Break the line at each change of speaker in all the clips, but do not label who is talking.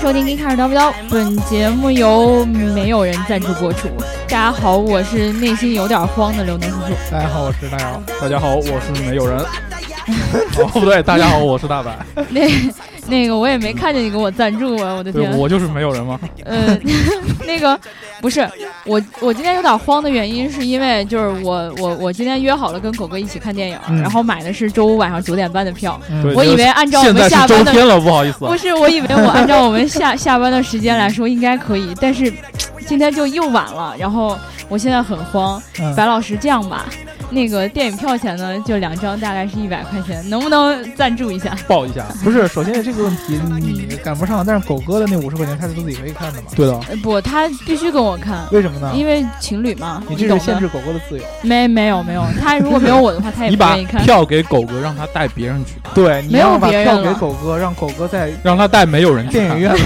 收听《一开始叨不叨》，本节目由没有人赞助播出。大家好，我是内心有点慌的刘能叔 叔。
大家好，我是大姚。
大家好，我是没有人。
어?
哦，不对，大家好，我是 大白。
那那个我也没看见你给我赞助啊，我的
对
天，！
我就是没有人嘛。
呃， 那个不是我，我今天有点慌的原因是因为就是我我我今天约好了跟狗哥一起看电影，
嗯
然后买的是周五晚上九点半的票。
对
我以
就
为按照我
现
们
在
下
是
班
周
的
天了，不好意思啊
不。是，我以为我按照我们下下班的时间来说应该可以，但是今天就又晚了，然后我现在很慌。
嗯
白老师，这样吧，那个电影票钱呢，就两张，大概是一百块钱，能不能赞助一下？
报一下。
不是，首先这个问题你赶不上，但是狗哥的那五十块钱他是自己可以看的嘛？
对的，
呃不，他必须跟我看。
为什么呢？
嗯因为情侣嘛，
你这
懂
是
的
限制狗狗的自由。
没没有没有，他如果没有我的话，他也
你
哎不
把
愿意看。
票给狗哥，让他带别人去看，
对，你
没有
要把
别人
票给
了
狗哥，让狗哥在
让他带没有人去
电
看
影。院里。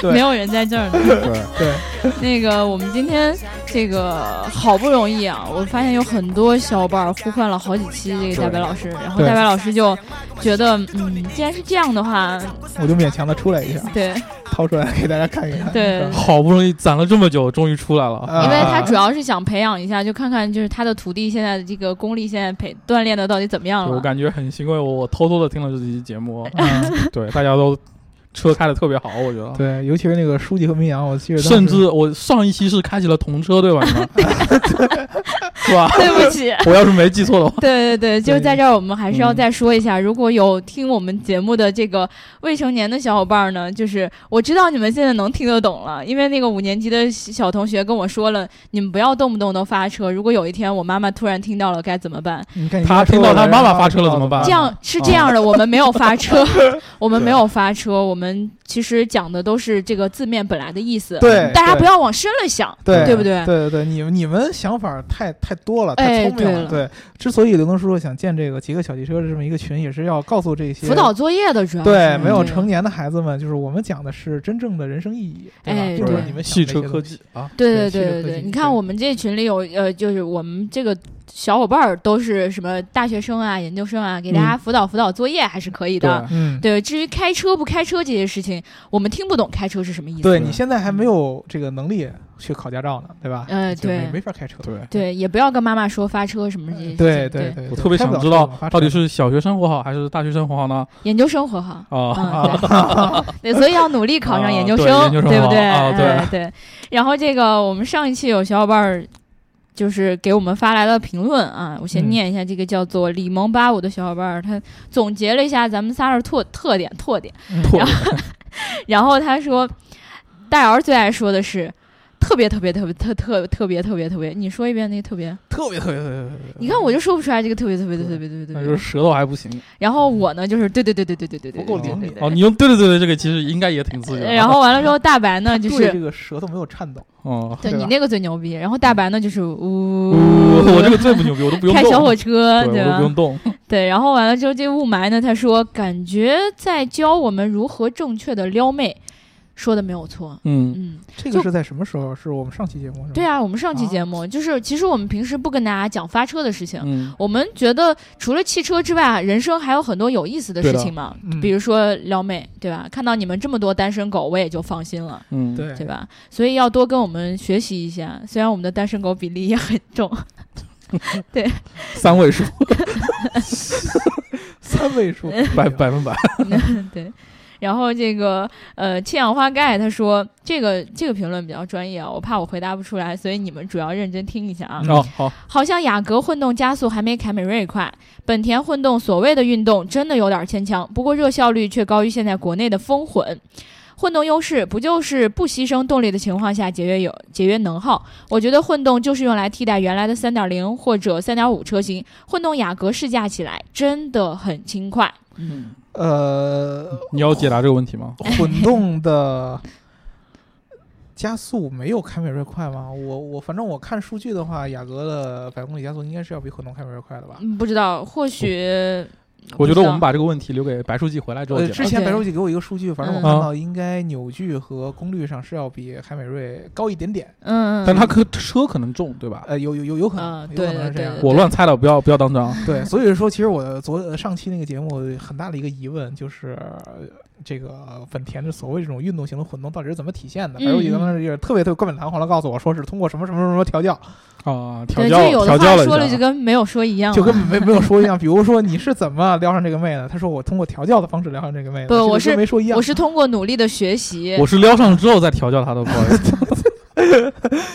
对
没有人在这儿呢。
对，
对，
那个，我们今天这个好不容易啊，我发现有很多小伙伴呼唤了好几期这个大白老师，然后
对
大白老师就觉得，嗯，既然是这样的话，
我就勉强的出来一下，
对，
掏出来给大家看一看。
对
是吧
好不容易攒了这么久，终于出来了。
啊，
因为他主要是想培养一下，就看看就是他的徒弟现在的这个功力现在培锻炼的到底怎么样
我
了。
感觉很欣慰，我我偷偷的听了这期节目
嗯，
对，大家都车开的特别好，我觉得。
对，尤其是那个书记和民阳，我记得当时
甚至我上一期是开启了童车，对吧？你 们是吧？
对不起。
我要是没记错的话，
对对对，就是在这儿，我们还是要
嗯
再说一下，如果有听我们节目的这个未成年的小伙伴呢，就是我知道你们现在能听得懂了，因为那个五年级的小同学跟我说了，你们不要动不动都发车，如果有一天我妈妈突然听到了该怎么办？
你看你
他听到他妈妈发车了
说哎我
怎么办啊
这样是这样的，我们没有发 车，我们没有发车，我们其实讲的都是这个字面本来的意思，
对，
大家
对
不要往深了想，
对
对不对？
对对对，你们你们想法太太多了，
哎
太聪明了。
对
对，之所以刘能叔叔想建这个极客小汽车的这么一个群，也是要告诉这些
辅导作业的主要
对
是
没有成年的孩子们，就是我们讲的是真正的人生意义，对吧？
哎
并不是
对
你们想
汽
的
车
一些
科
东西
技啊，
对对对
对是
对
的科
对，
技
你看我们这群里有呃，就是我们这个小伙伴儿都是什么大学生啊、研究生啊，给大家辅导辅导作业还是可以的。
嗯，
对，至于开车不开车这些事情，我们听不懂开车是什么意思。嗯
对
对
你现在还没有这个能力去考驾照呢，对吧？
呃，
就没
对
没法开车。
对
对，也不要跟妈妈说发车什么这些事情。
对
对，
对，
我特别
开不
想
了
知
车
道
嘛发
到底
车
是小学生活好还是大学生活好呢？
研究生活好。
啊，
嗯，对，对，所以要努力考上研究生，
啊对研究生
不对？
啊对
哎对。然后这个我们上一期有小伙伴儿就是给我们发来了评论啊，我先
嗯
念一下这个叫做李萌八五的小伙伴儿，他总结了一下咱们仨的特特点特点，
拓
嗯然后他说，大姚最爱说的是。特别特别特别特特特别特别特别，你说一遍那个特别，
特别特别特别特别，
你看我就说不出来这个特别特别特别特别特别特
那
别
就是舌头还不行
然后我呢就是对对对对对对对对，
不够
对
灵
对
敏
对
哦。你用对对对对，这个其实应该也挺刺激的。
然后完了之后，大白呢就
对
是
这个舌头没有颤抖，
哦，
对
对
你
吧
那个最牛逼，然后大白呢就是呜，
我这个最不牛逼，我都不用
开
动，
小火车，
对，
对吧？
我都不用动。
对，然后完了之后，这雾霾呢，他说感觉在教我们如何正确的撩妹，说的没有错。
嗯，
嗯，
这
就
个是在什么时候？是我们上期节目是吗？
对啊，我们上期节目、就是，其实我们平时不跟大家讲发车的事情，
嗯，
我们觉得除了汽车之外，人生还有很多有意思的事
对的
情嘛，
嗯
比如说撩妹，对吧？看到你们这么多单身狗，我也就放心了，
嗯，
对
对吧？所以要多跟我们学习一下，虽然我们的单身狗比例也很重，
三位数，
三 位数
百百分百。
对，然后这个呃，七氧化钙他说这个这个评论比较专业啊，我怕我回答不出来，所以你们主要认真听一下啊。
哦，好，
好像雅阁混动加速还没凯美瑞快，本田混动所谓的运动真的有点牵强，不过热效率却高于现在国内的风混。混动优势不就是不牺牲动力的情况下节约有节约能耗？我觉得混动就是用来替代原来的3.0或者3.5车型，混动雅阁试驾起来真的很轻快。
嗯，
呃，
你要解答这个问题吗？
混动的加速没有凯美瑞快吗？我我反正我看数据的话，雅阁的百公里加速应该是要比混动凯美瑞快的吧？
嗯，不知道，或许
我
不
觉
知
得
道
我们把这个问题留给白书记回来之后
呃，
解答
之。前
对
白书记给我一个数据，反正我
嗯
看到应该扭矩和功率上是要比凯美瑞高一点点，
嗯，嗯
但他可车可能重，对吧？
呃，有有有有可能
嗯，
有可能
对
是这样
对。对
我乱猜的，不要不要当 真啊。
呃对，所以说，其实我昨上期那个节目很大的一个疑问就是，这个本田的所谓这种运动型的混动到底是怎么体现的。
嗯
反正我记得当时也特别特别冠冕堂皇的告诉我说是通过什么什么什么调教，
哦
啊，调
对，就有
教
的
调
话
教
说
了
了
一
就
下，
跟没有说一样了。
就跟没没有说一样。比如说你是怎么撩上这个妹的？他说我通过调教的方式撩上这个妹的，
不
这个
我
跟
是
没说一样。
我是通过努力的学习，
我是撩上之后再调教他的，不好意思，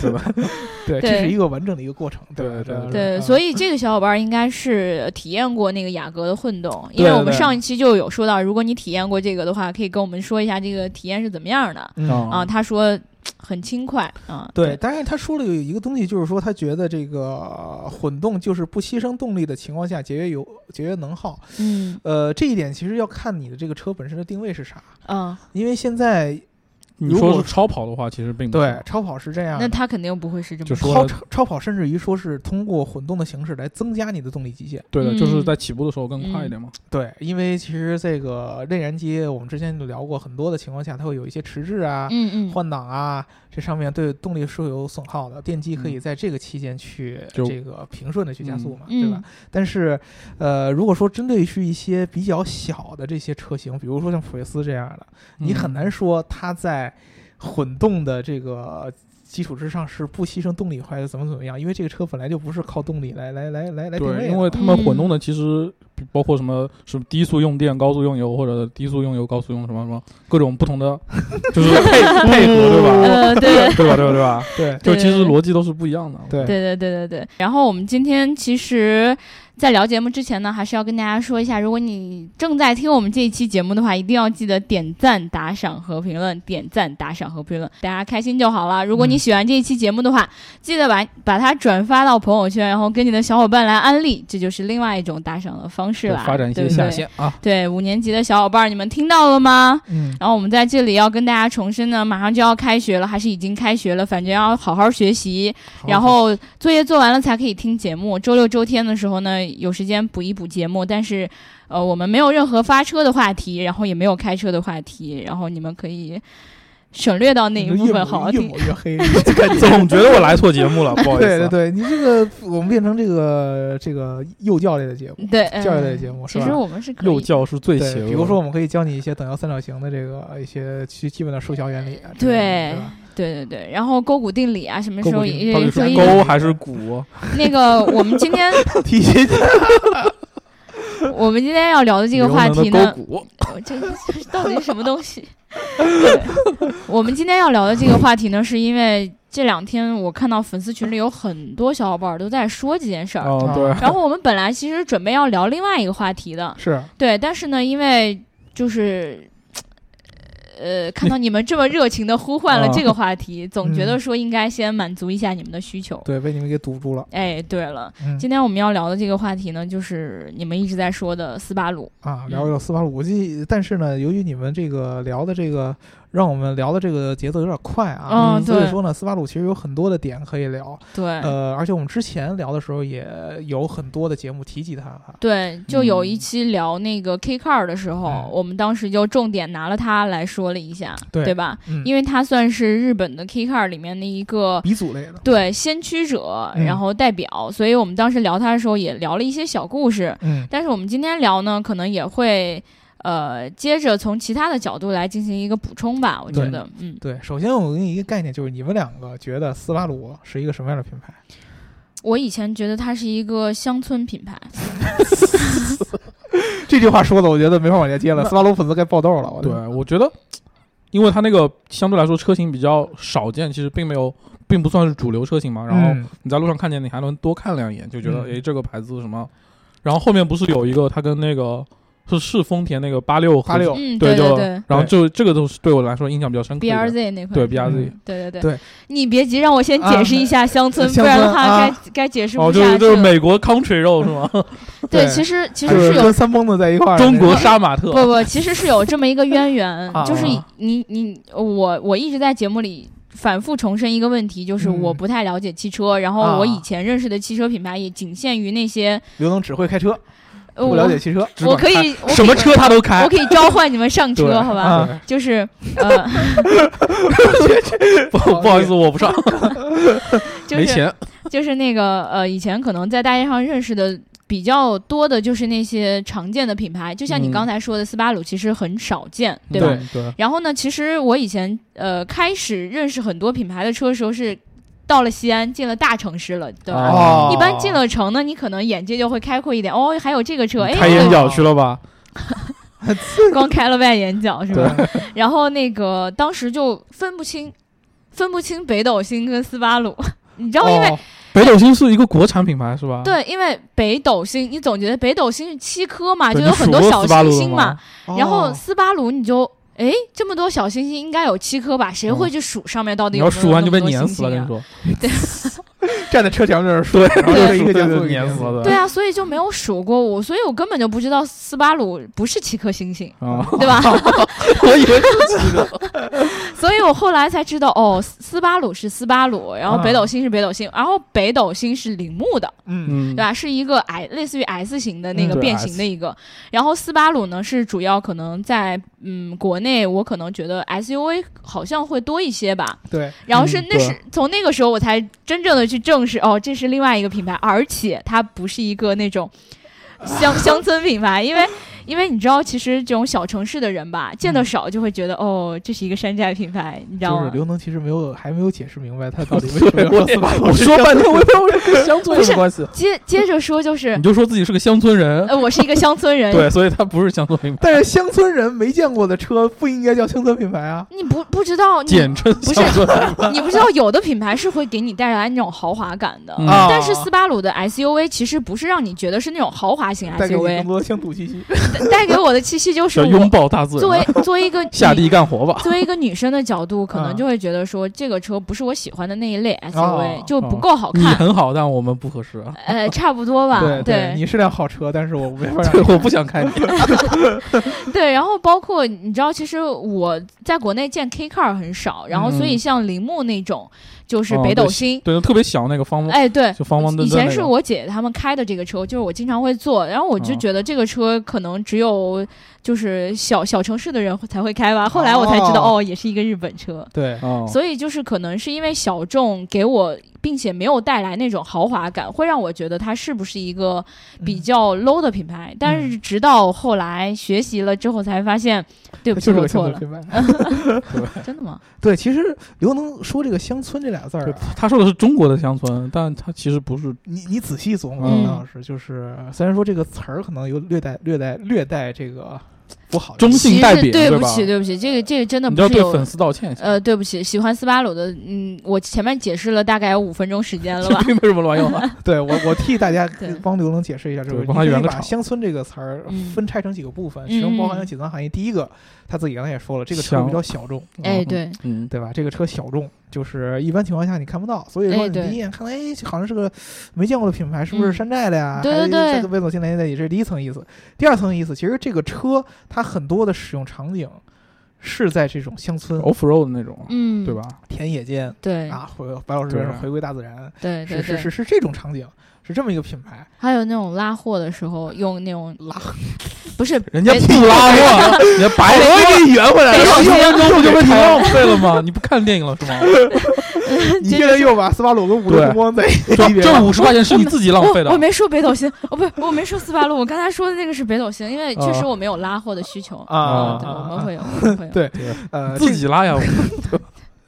对
对，这是一个完整的一个过程，吧？
对对
对
对，所以这个小伙伴应该是体验过那个雅阁的混动，因
对
为
对
我们
对
上一期就有说到，如果你体验过这个的话，可以跟我们说一下这个体验是怎么样的
嗯
啊
啊？他说嘖很轻快啊，
对，，但是他说了有一个东西，就是说他觉得这个呃混动就是不牺牲动力的情况下节约油、节约能耗。
嗯
呃，这一点其实要看你的这个车本身的定位是啥，
嗯，
因为现在
嗯你
如
说
果
是超跑的话，其实并不
对超跑是这样
嗯那
的，
他肯定不会是这么
就
说
超
说
超超跑甚至于说是通过混动的形式来增加你的动力极限。
对的，
嗯
就是在起步的时候更快一点嘛。
对，因为其实这个内燃机我们之前就聊过，很多的情况下它会有一些迟滞啊。
嗯嗯，
换挡啊，这上面对动力是有损耗的。电机可以在这个期间去
就
这个平顺的去加速嘛，
嗯
对吧？但是，呃，如果说针对是一些比较小的这些车型，比如说像普锐斯这样的，
嗯
你很难说它在混动的这个。基础之上是不牺牲动力或者怎么怎么样，因为这个车本来就不是靠动力来来来哎来来定位的
对，
嘛
因为他们混动的其实比包括什么什么低速用电、高速用油，或者低速用油、高速用什么什么各种不同的，就是配配合，对吧？
呃，对。
对吧？对吧？对 吧？
对
就其实
对
逻辑都是不一样的。
对
对对对对对。然后我们今天其实，在聊节目之前呢，还是要跟大家说一下，如果你正在听我们这一期节目的话，一定要记得点赞、打赏和评论，点赞、打赏和评论，大家开心就好了。如果你喜欢这一期节目的
嗯
话，记得把把它转发到朋友圈，然后跟你的小伙伴来安利，这就是另外一种打赏的方式
就
啦，
发展一
对
些
不
下
对
线啊，
对五年级的小伙伴，你们听到了吗？
嗯，
然后我们在这里要跟大家重申呢，马上就要开学了，还是已经开学了，反正要好好学习，然后作业做完了才可以听节目。周六周天的时候呢，有时间补一补节目，但是呃，我们没有任何发车的话题，然后也没有开车的话题，然后你们可以省略到那一部分好好
越
听
抹。越 黑。
总觉得我来错节目了，不好意
对
思
对对，
啊。
你这个我们变成这个这个幼教类的节目，
对，
教育类
的
节目是
其
吧
实我们是可
幼
以。
教是最
对，
邪恶的。
比如说，我们可以教你一些等腰三角形的这个一些基基本的数学原理啊，之类的
对
对吧？
对对对，然后勾股定理啊，什么
勾
时
股
候
定
也
到底
也可
是
以。
勾还是鼓？
那个，我们今天
提前
我们今天要聊的这个话题呢啊
勾，股，
我这个这到底是什么东西？ 对我们今天要聊的这个话题呢，是因为这两天我看到粉丝群里有很多小伙伴都在说这件事儿。
哦，对，
然后我们本来其实准备要聊另外一个话题的，
是，
对，但是呢，因为就是。呃，看到你们这么热情的呼唤了
哦
这个话题，总觉得说应该先满足一下你们的需求。
嗯对，被你们给堵住了。
哎，对了，
嗯
今天我们要聊的这个话题呢，就是你们一直在说的斯巴鲁。
啊，聊一聊斯巴鲁，我记，但是呢，由于你们这个聊的这个，让我们聊的这个节奏有点快啊，
嗯
所以
对
说呢，斯巴鲁其实有很多的点可以聊，
对，
呃，而且我们之前聊的时候也有很多的节目提及它哈。
对，就有一
嗯
期聊那个 K Car 的时候，
嗯
我们当时就重点拿了它来说了一下，
对
吧？
嗯，
因
为
为它算是日本的 K Car 里面的一个
鼻祖类的，
对先驱者，
嗯
然后代表，所以我们当时聊它的时候也聊了一些小故事。
嗯，
但是我们今天聊呢，可能也会呃接着从其他的角度来进行一个补充吧，我觉
对
得，嗯，
对，首先我给你一个概念，就是你们两个觉得斯巴鲁是一个什么样的品牌？
我以前觉得它是一个乡村品牌，
这句话说的，我觉得没法往下接了。斯巴鲁粉丝该爆痘了，我觉
对
得，
我觉得，因为它那个相对来说车型比较少见，其实并没有，并不算是主流车型嘛。然后
嗯
你在路上看见，你还能多看两眼，就觉得
嗯
诶，这个牌子什么。然后后面不是有一个它跟那个是是丰田那个八六
86
嗯，
对
对
就
对
然后就这个都是对我来说印象比较深刻
，B R
的。
Z 那款
对
是吧
BRZ，
对对
对，
你别急，让我先解释一下乡村，
啊
不然的话
乡
该、
村
该解释
哦，
不
就
下
是
去
就是
了。
美国 country 肉是吗？
对，
对
其实其
就
实
是
是有
跟三蹦子在一块儿的那
中
种，
国杀马特。
不不，其实是有这么一个渊源，
啊
就是
啊
你你我我一直在节目里。反复重申一个问题，就是
嗯
我不太了解汽车，然后
啊
我以前认识的汽车品牌也仅限于那些，
刘能只会开车，
呃
不
我
了解汽车。
只
我
管
可以
什么车他都开
我可以，我可以召唤你们上
对
车，好吧？
啊
对
就是呃，
不不好意思，我不上，
就
没
是
钱。
就是那个呃，以前可能在大街上认识的比较多的就是那些常见的品牌，就像你
嗯
刚才说的，斯巴鲁其实很少见，对吧？
对对，
然后呢，其实我以前呃开始认识很多品牌的车的时候是到了西安，进了大城市了，对吧？
哦
一般进了城呢，你可能眼界就会开阔一点。哦，还有这个车，哎，哎
开眼角去了吧？
光开了外眼角是吧？然后那个当时就分不清，分不清北斗星跟斯巴鲁，你知道，因为、
哦
北斗星是一个国产品牌是吧？
对，因为北斗星，你总觉得北斗星是七颗嘛，啊就
对，
有
你数
很多
过
小
斯巴
星
鲁了
星嘛
吗。。
然后
哦
斯巴鲁你就。哎，这么多小星星，应该有七颗吧？谁
嗯
会去数上面到底
你
有
要
没有
数完就
那么
被
多
碾
星
死了，
星
跟
啊
你说，
站在车前面说，然后就是一个
对
加速
碾死了
对啊，所以就没有数过我，所以我根本就不知道斯巴鲁不是七颗星 星，
啊，
对吧？
我以为是七个，
所以我后来才知道，哦，斯斯巴鲁是斯巴鲁，然
啊
后北斗星是北斗星，然后北斗星是铃木的，
嗯，
嗯，
对吧？是一个 I 类似于 S 型的那
嗯
个
对
变
S
形的一个，然后斯巴鲁呢是主要可能在嗯国内，我可能觉得 SUV 好像会多一些吧，
对，
然后是
嗯
那
对
是从那个时候我才真正的去正视哦，这是另外一个品牌，而且它不是一个那种乡乡村品牌，因为因为你知道，其实这种小城市的人吧，
嗯
见得少就会觉得哦，这是一个山寨品牌，你知道
就是
吗？
刘能其实没有还没有解释明白他到底为什么要斯巴鲁，
我说半天，我也不知道为什么乡村有
不
什
是
么关系。
接接着说就是
你，就说自己是个乡村人，
呃，我是一个乡村人，
嗯对，所以他不是乡村品牌，
但是乡村人没见过的车不应该叫乡村品牌啊。
你不不知道你
简称乡村品牌。
你不知道有的品牌是会给你带来那种豪华感的。
嗯
啊
但是斯巴鲁的 SUV 其实不是让你觉得是那种豪华型
带给你更
SUV，
多乡土气息。
带给我的气息就是
叫
我
拥抱大自
作为
然，
作为一个
下
女
地干活吧。
作为一个女生的角度，可
嗯
能就会觉得说这个车不是我喜欢的那一类 SUV，、
哦
就不够好
你
看。
很好，但我们不合适啊。
呃，差不多吧，
对
对
你是辆好车，但是我没法让
对，
你
我不想看你。
对然后包括你知道，其实我在国内见 K car 很少，然后所以
嗯
像铃木那种，就是
哦
北
对
斗星，
对，特别小那个方，
哎，对，
就方方正
以
正那
前
个。
是我姐姐他们开的这个车，就是我经常会坐，然后我就
哦
觉得这个车可能只有就是小小城市的人才会开吧。后来我才知道，
哦
哦，也是一个日本车。
对
哦，
所以就是可能是因为小众给我，并且没有带来那种豪华感，会让我觉得它是不是一个
嗯
比较 low 的品牌。但是直到后来学习了之后，才发现，对不
它
起，
就是
我
个乡
错
村
了。
品牌。
真的吗？
对，其实刘能说这个“乡村”这俩字儿
对
啊，
他说的是中国的乡村，但他其实不是。
你你仔细琢磨，
嗯
刘能老师就是虽然说这个词儿可能有略带略带略带这个不好的
中性
其
代
实
贬
对
对
不
吧
起，对不起，这个这个真的
你要
不是
对
有
粉丝道歉一 下，？
呃，对不起，喜欢斯巴鲁的，嗯，我前面解释了大概有五分钟时间了吧
并没有什么卵用啊。
对我我替大家
对
帮刘能解释一下，就是
对
你
帮
可
他圆
以
个
把“
场
乡村”这个词儿
嗯
分拆成几个部分，
嗯
其中包含
嗯
有
嗯
几层含义。第一个，他自己刚才也说了，这个车
乡
比较小众，
哎，
嗯
对，
嗯，
对吧？这个车小众，就是一般情况下你看不到，所以说
哎
你
对
第一眼看到，哎，好像是个没见过的品牌，是不
嗯
是山寨的呀？
对对对
这个魏总新来的也是第一层意思。第二层意思，其实这个车它很多的使用场景是在这种乡村、
off road 的那种，
嗯，
对吧？？
田野间
对？
啊，回白老师
对
说回归大自然，
对对
是是
对
是是这种场景，是这么一个品 牌。
还有那种拉货的时候用那种
拉，
不 是
人家
北
不拉
哎
货，人家白
我给你圆回来
北
用
斗
了，
星
分钟不就被你浪费了吗？你不看电影了 是吗？
你现在又把斯巴鲁跟五菱
对
宏光 在一
这
边
这五十块钱是 你自己浪费的
我
啊
我。没说北斗星，哦，不是，我没说斯巴鲁，我刚才说的那个是北斗星，因为确实
哦
我没有拉货的需求
啊
对，
啊
我
啊
们会有，我们会有，
对
对
啊
呃，
自己拉呀，
这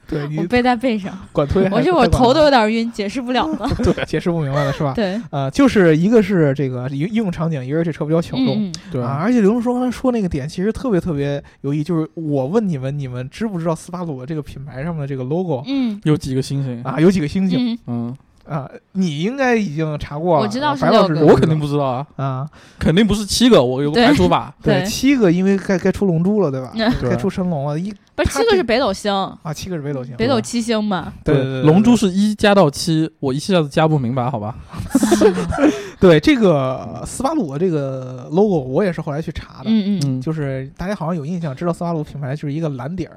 对
我
你
背在背上，
管推还是，
我这我头
啊
都有点晕，解释不了了。
解释不明白了是吧？
对，
呃，就是一个是这个应应用场景，一个是这车比较小众、
嗯嗯
对
啊。而且刘龙说刚才说那个点，其实特别特别有意义，就是我问你们，你们知不知道斯巴鲁的这个品牌上面的这个 logo、
嗯
有几个星星？
啊，有几个星星、
嗯，
嗯，
啊？你应该已经查过了，啊
我知道是
白老师
六个
知道
我肯定不知道啊，
啊。
肯定不是七个，我有
对
排 除法。
对，
七个因为该该出龙珠了，对吧？
嗯
对
该出神龙了，一
不是
他
七个
这
是北斗星，
啊，七个是北斗星，
北斗七星嘛，
对对对对
龙珠是一加到七，我一下子加不明白，好吧？
对这个斯巴鲁的这个 logo，我也是后来去查的。
嗯嗯，
嗯，
就是大家好像有印象，知道斯巴鲁品牌就是一个蓝底儿，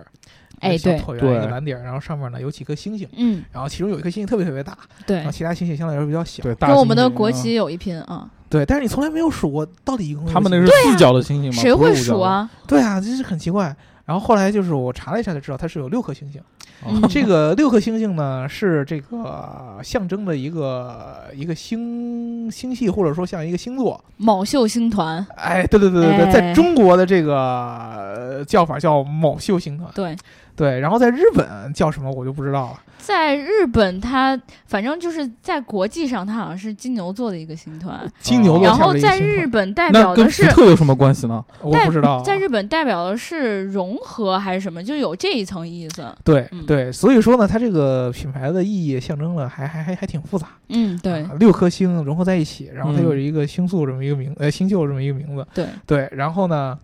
哎
一个
对
小，椭圆
对
一个蓝底儿，然后上面呢有几颗星星，
嗯
然后其中有一颗星星特别特别大，
对
然后，其他星星相对来说比较小。
对，大
跟我们的
猩猩
国
啊，
旗有一拼啊，
对但是你从来没有数过到底一共有
他们那
几
是
个
四角的星星吗？
谁
不
会
是五角
数
的？
啊？
对啊，这是很奇怪。然后后来就是我查了一下才知道，它是有六颗星星，
哦
嗯
这个六颗星星呢，是这个象征的一个一个星星系，或者说像一个星座。
某秀星团，
哎，对对对对对，
哎
在中国的这个呃叫法叫某秀星团，
对，
对，然后在日本叫什么我就不知道了。
在日本它反正就是在国际上，它好像是金牛座的一个星团，
金牛座
哦然
下
后
边
在
一个
日
星
本代
那
表
跟
的
福
是。
特有什么关系呢？
团，我不知道啊。
在日本代表的是融合还是什么，就有这一层意思。
对
嗯
对，所以说呢，它这个品牌的意义象征了还还还还挺复杂。
嗯，对
啊六颗星融合在一起，然后它
嗯
又是一个星宿这么一个名，呃，星宿这么一个名字。
对，
对，然后呢，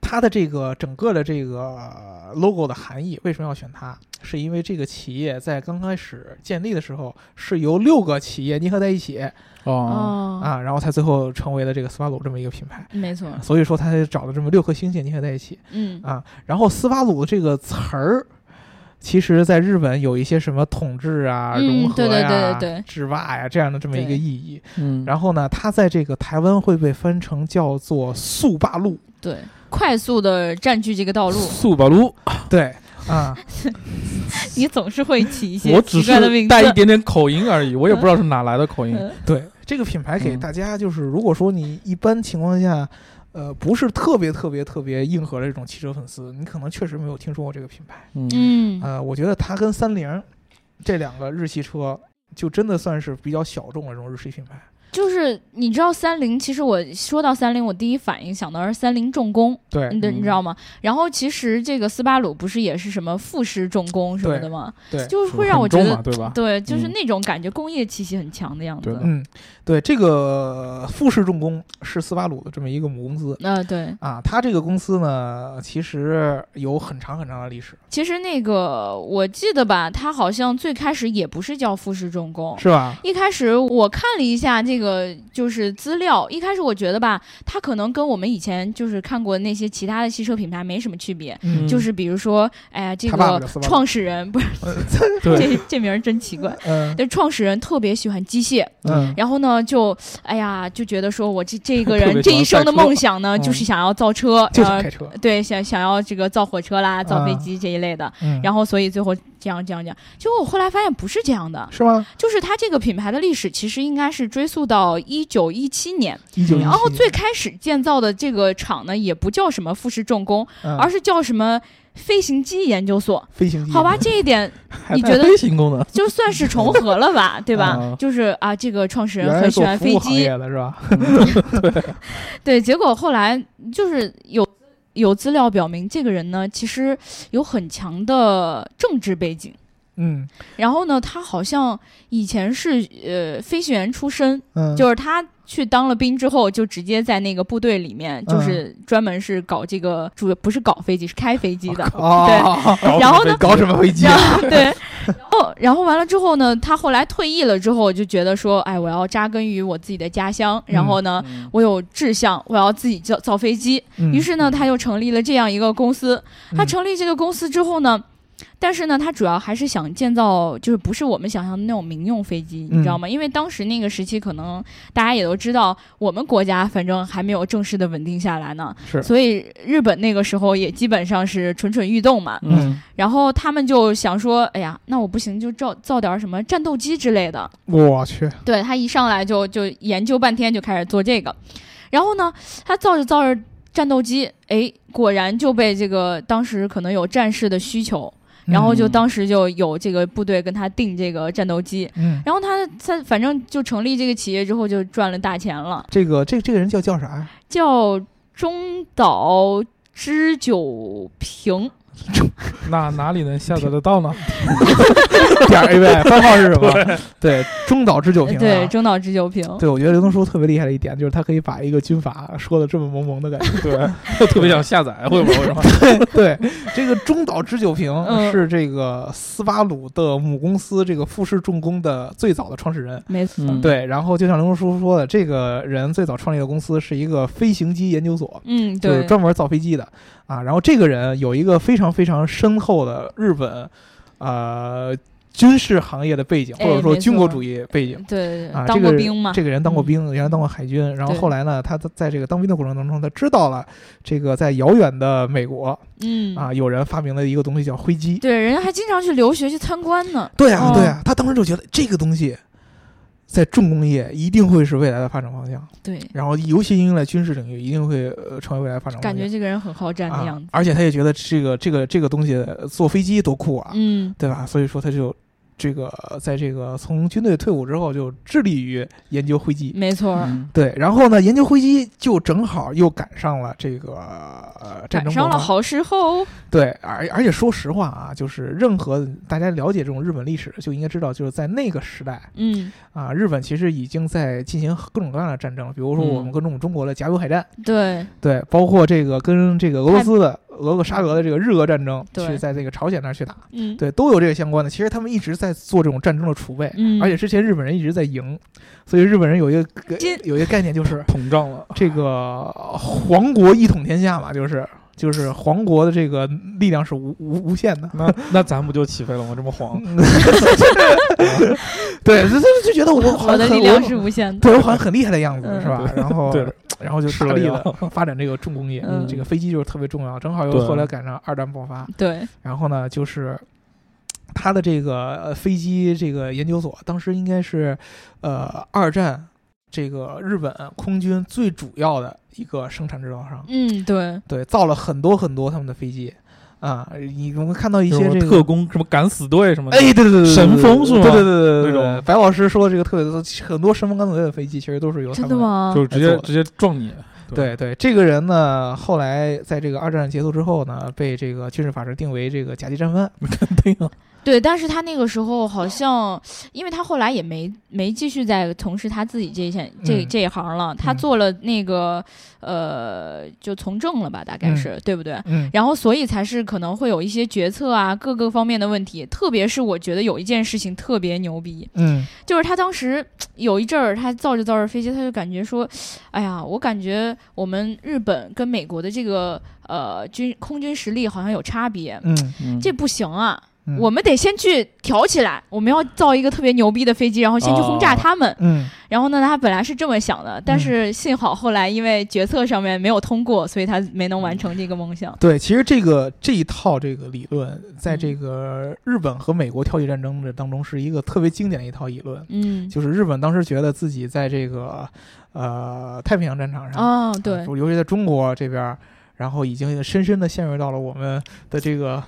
它的这个整个的这个 logo 的含义，为什么要选它？是因为这个企业在刚开始建立的时候，是由六个企业捏合在一起
哦，
哦，
啊，然后才最后成为了这个斯巴鲁这么一个品牌。
没错，
所以说，它才找了这么六颗星星捏合在一起
嗯
啊。然后，斯巴鲁这个词儿。其实，在日本有一些什么统治啊、
嗯
融合
对对
呀、
对对对
制霸呀这样的这么一个
对
意义，
嗯，
然后呢，它在这个台湾会被翻成叫做速霸路，
对，快速的占据这个 道路，
速八路，
对 啊，
你总是会起一些
我只
奇
是
怪的名字
带一。点点口音而已，我也不知道是哪来的口音。
嗯
对这个品牌给
嗯
大家就是，如果说你一般情况下，呃，不是特别特别特别硬核的这种汽车粉丝，你可能确实没有听说过这个品牌。
嗯
嗯，
呃，我觉得它跟三菱这两个日系车，就真的算是比较小众的这种日系品
嗯
牌。
就是你知道三菱，其实我说到三菱，我第一反应想到是三菱重工，
对
你的你
嗯
知道吗？然后其实这个斯巴鲁不是也是什么富士重工什么的吗？
对，
就是会让我觉
很重嘛
得，
对吧？
对，就是
嗯
那种感觉工业气息很强的样
对
子
的。
嗯，对，这个富士重工是斯巴鲁的这么一个母公司。
啊，对，
啊，它这个公司呢，其实有很长很长的历史，
其实那个我记得吧，它好像最开始也不是叫富士重工。
是吧？
一开始我看了一下这个就是资料，一开始我觉得吧，它可能跟我们以前就是看过那些其他的汽车品牌没什么区别，
嗯
就是比如说，哎呀，这
他爸爸
个
叫斯巴鲁
创始人不是
呃
对，
这这名儿真奇怪，
嗯
这创始人特别喜欢机械，
嗯，
然后呢就哎呀就觉得说我这这个
特别
人
喜
这
欢
一生的
赛车
梦想呢，
嗯
就是想要造 车，
就是
呃
开车，
对，想想要这个造火车啦、造飞
啊
机这一类的，
嗯，
然后所以最后这样这样这样，结果我后来发现不是这样的，
是吗？
就是它这个品牌的历史其实应该是追溯到一九一七年，
一九
嗯然后最开始建造的这个厂呢也不叫什么富士重工，而
嗯
是
是叫什么飞行机研究所。
嗯飞 行机，
好吧，这一点你觉得
飞行功能？
就算是重合了 吧，对吧
啊？
就是啊，这个创始
原
人
来
很喜
做
欢
服
飞
务行
机，
业的是吧？
对，结果后来就是有有资料表明，这个人呢其实有很强的政治背景。
嗯
然后呢，他好像以前是呃飞行员出身，
嗯，
就是他去当了兵之后，就直接在那个部队里面，
嗯
就是专门是搞这个，主不是搞飞机，是开飞机的。
哦，
然后呢
搞什么飞机啊？
然 后对，然后然后完了之后呢，他后来退役了之后，就觉得说，哎，我要扎根于我自己的家乡，然后呢，
嗯
我有志向，我要自己造造飞机。于是呢，他又成立了这样一个公司。他
嗯
成立这个公司之后呢，但是呢，他主要还是想建造，就是不是我们想象的那种民用飞机，
嗯
你知道吗？因为当时那个时期，可能大家也都知道，我们国家反正还没有正式的稳定下来呢，
是
所以日本那个时候也基本上是蠢蠢欲动嘛。
嗯，
然后他们就想说，哎呀，那我不行，就造造点什么战斗机之类
啊
的。
我去，
对他一上来就就研究半天，就开始做这个。然后呢，他造着造着战斗机，哎，果然就被这个当时可能有战士的需求，然后就
嗯
当时就有这个部队跟他订这个战斗机。
嗯，
然后他他反正就成立这个企业之后就赚了大钱了，
这个这这个人叫叫啥呀？
叫中岛知久平。
那哪里能下载得到呢？
点 A 呗，番号是 什么？对，中岛之久平啊。
对，中岛知久平。
对，我觉得刘东叔特别厉害的一点就是他可以把一个军阀说的这么萌萌的感觉。
对， 特别想下载，会不会？
对，这个中岛之久平
嗯
是这个斯巴鲁的母公司这个富士重工的最早的创始人。
没错，
嗯
对，然后就像刘叔说的，这个人最早创立的公司是一个飞行机研究所，
嗯，
就是
对，
专门造飞机的啊。然后这个人有一个非常非常深厚的日本，呃。军事行业的背景，或
哎
者说
没错
军国主义背景。
对，
啊，
当
这个
过
人
兵嘛，嗯
这个人当过兵，原来当过海军，然后
对
后来呢，他在在这个当兵的过程当中，他知道了这个在遥远的美国
嗯，
啊，有人发明了一个东西叫灰机。
对，人家还经常去留学去参观呢。
对
哦
啊，对啊，他当时就觉得这个东西在重工业一定会是未来的发展方向，
对，
然后尤其应用在军事领域，一定会呃成为未来的发展方
感
向。
觉这个人很好战的样
啊
子。，
而且他也觉得这个这个这个东西呃坐飞机多酷啊，
嗯，
对吧？所以说他就这个在这个从军队退伍之后，就致力于研究灰机。
没错儿，
嗯
对，然后呢，研究灰机就正好又赶上了这个、呃、战
赶
争
上
勃
了
发。
好时候。
对，而而且说实话啊，就是任何大家了解这种日本历史，就应该知道，就是在那个时代
嗯，
啊，日本其实已经在进行各种各样的战争，比如说我们
嗯
跟我们中国的甲午海战，
对，
对，包括这个跟这个俄罗斯的俄俄沙俄的这个日俄战争，
对
去在这个朝鲜那儿去打，
嗯，
对，都有这个相关的。其实他们一直在做这种战争的储备，
嗯
而且之前日本人一直在赢，所以日本人有一个个
今
有一个概念就是
膨胀了，
这个皇国一统天下嘛，就是就是皇国的这个力量是无无无限 的。
那那咱不就起飞了吗？这么黄，
嗯对，就就就觉得我好
我嗯
像
的
很
力量
我
是无限的。
对我好像很厉害的样子，
嗯
是吧？然后
对
然后就
吃
大
了
力
药
的发展这个重工业，
嗯
这个飞机就是特别重要。正好又
对
后来赶上二战爆发，
对，
然后呢，就是他的这个呃飞机这个研究所，当时应该是呃二战这个日本空军最主要的一个生产制造商，
嗯，对，
对，造了很多很多他们的飞机啊，你我们看到一
就
些
是
这个
特。工什么敢死队什么的，
哎，对对对对，对
神风是吗
对对对对对
那
对，
种
白老师说的这个特别多，很多神风钢铁队的飞机其实都是由他
真
们
的？吗？
就是直
哎
接
做的
直接撞你，
对对，这个人呢，后来在这个二战结束之后呢，被这个军事法制定为这个甲级战 犯，
肯定啊，
对，但是他那个时候好像，因为他后来也没没继续在从事他自己这一线这、
嗯
这一行了，他
嗯
做了那个、呃，就从政了吧，大概
嗯
是、对不对？
嗯，
然后，所以才是可能会有一些决策啊，各个方面的问题。特别是我觉得有一件事情特别牛逼，
嗯，
就是他当时有一阵儿，他造着造着飞机，他就感觉说，哎呀，我感觉我们日本跟美国的这个呃军空军实力好像有差别，
嗯，
嗯
这不行啊。
嗯
我们得先去挑起来，我们要造一个特别牛逼的飞机，然后先去轰炸他们。
嗯
然后呢，他本来是这么想的，但是幸好后来因为决策上面没有通过，所以他没能
嗯
完成这个梦想。
对，其实这个这一套这个理论，在
嗯
这个日本和美国挑起战争的当中，是一个特别经典的一套理论。
嗯，
就是日本当时觉得自己在这个呃太平洋战场上，
哦，对
啊，尤其在中国这边儿，然后已经深深的陷入到了我们的这个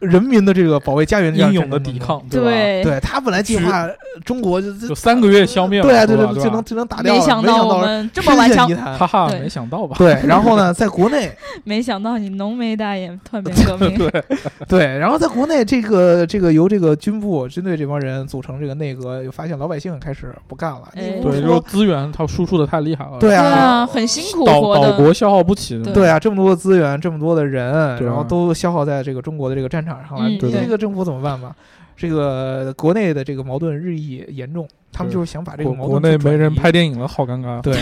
人民的这个保卫家园这样
英勇
战
的
争当
抵
中。
抗，吧？
对，
对他本来计划呃中国就
就
就
三个月消灭了，
对啊，
是
对
吧
对，
对
就能
吧，
就能打掉了，
没
没
想到我们这么顽强，
哈
强。
哈，
对
没想到吧？
对，然后呢，在国 内
没想到你浓眉大眼，团变革命。
对，
对，然后在国内，这个这个由这个军部军队这帮人组成这个内阁，又发现老百姓开始不干了。
哎
你不
对，就是
说
资源它输出的太厉害了，
对
对
啊
啊，很辛苦
岛
活
岛
的。
国消耗不起，
对
对啊，这么多的资源，这么多的人，
对啊
然后都消耗在这个中国的这个战场上了，
嗯
你
对
这
对
个政府怎么办吧？这个国内的这个矛盾日益严重，他们
对
就是想把这个
国
矛
国
盾
内
去
没
转
人
移
拍电影了，好尴 尬。
对，